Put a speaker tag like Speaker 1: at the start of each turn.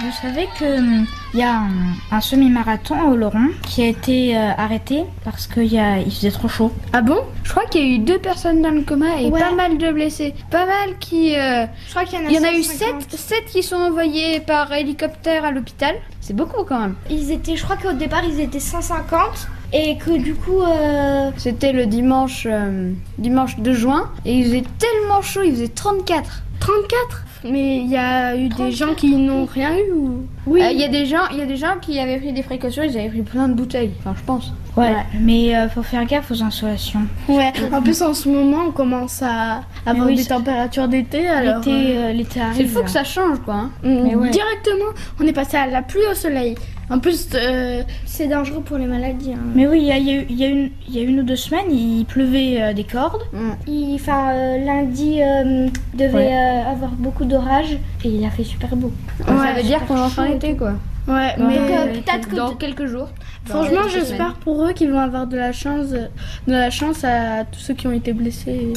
Speaker 1: Vous savez qu'il y a un, un semi-marathon au Laurent qui a été euh, arrêté parce qu'il il faisait trop chaud.
Speaker 2: Ah bon Je crois qu'il y a eu deux personnes dans le coma et
Speaker 3: Ouais.
Speaker 2: pas mal de blessés. Pas mal qui. euh,
Speaker 3: Je crois qu'il y en a,
Speaker 2: Il y en a eu
Speaker 3: 150.
Speaker 2: 7, qui sont envoyés par hélicoptère à l'hôpital. C'est beaucoup quand même.
Speaker 3: Ils étaient, je crois qu'au départ, ils étaient 150 et que du coup, euh,
Speaker 2: C'était le dimanche, euh, dimanche 2 juin et il faisait tellement chaud, il faisait 34.
Speaker 4: 34 Mais il y a eu des gens qui n'ont rien eu ou... Euh,
Speaker 2: Oui. Euh, Il y a des gens, il y a des gens qui avaient pris des précautions, ils avaient pris plein de bouteilles. Enfin, je pense.
Speaker 1: Ouais, mais euh, faut faire gaffe aux insolations.
Speaker 4: Ouais, en plus en ce moment on commence à avoir
Speaker 1: oui,
Speaker 4: des
Speaker 1: c'est-
Speaker 4: températures d'été alors...
Speaker 1: L'été euh, l'été
Speaker 2: C'est
Speaker 1: arrive.
Speaker 2: fou que ça change quoi. hein.
Speaker 4: euh, on-
Speaker 1: Mais ouais.
Speaker 4: Directement on est passé à la pluie au soleil. En plus euh,
Speaker 3: c'est dangereux pour les maladies. hein.
Speaker 1: Mais oui, il y a, il y a eu- il y a une- il y a une ou deux semaines, il pleuvait euh, des cordes.
Speaker 3: Il- Enfin, euh, lundi euh, devait
Speaker 1: Ouais.
Speaker 3: euh, avoir beaucoup d'orages et il a fait super beau.
Speaker 2: Donc, ça
Speaker 4: Ouais,
Speaker 2: veut dire
Speaker 3: super
Speaker 2: qu'on est en fin
Speaker 3: chaud.
Speaker 2: d'été quoi.
Speaker 4: ouais,
Speaker 1: Ouais.
Speaker 4: mais...
Speaker 3: Donc, euh,
Speaker 2: Euh,
Speaker 3: peut-être que
Speaker 2: dans quelques jours. Dans
Speaker 4: Franchement,
Speaker 2: quelques
Speaker 4: j'espère pour eux qu'ils vont avoir de la chance, de la chance à tous ceux qui ont été blessés.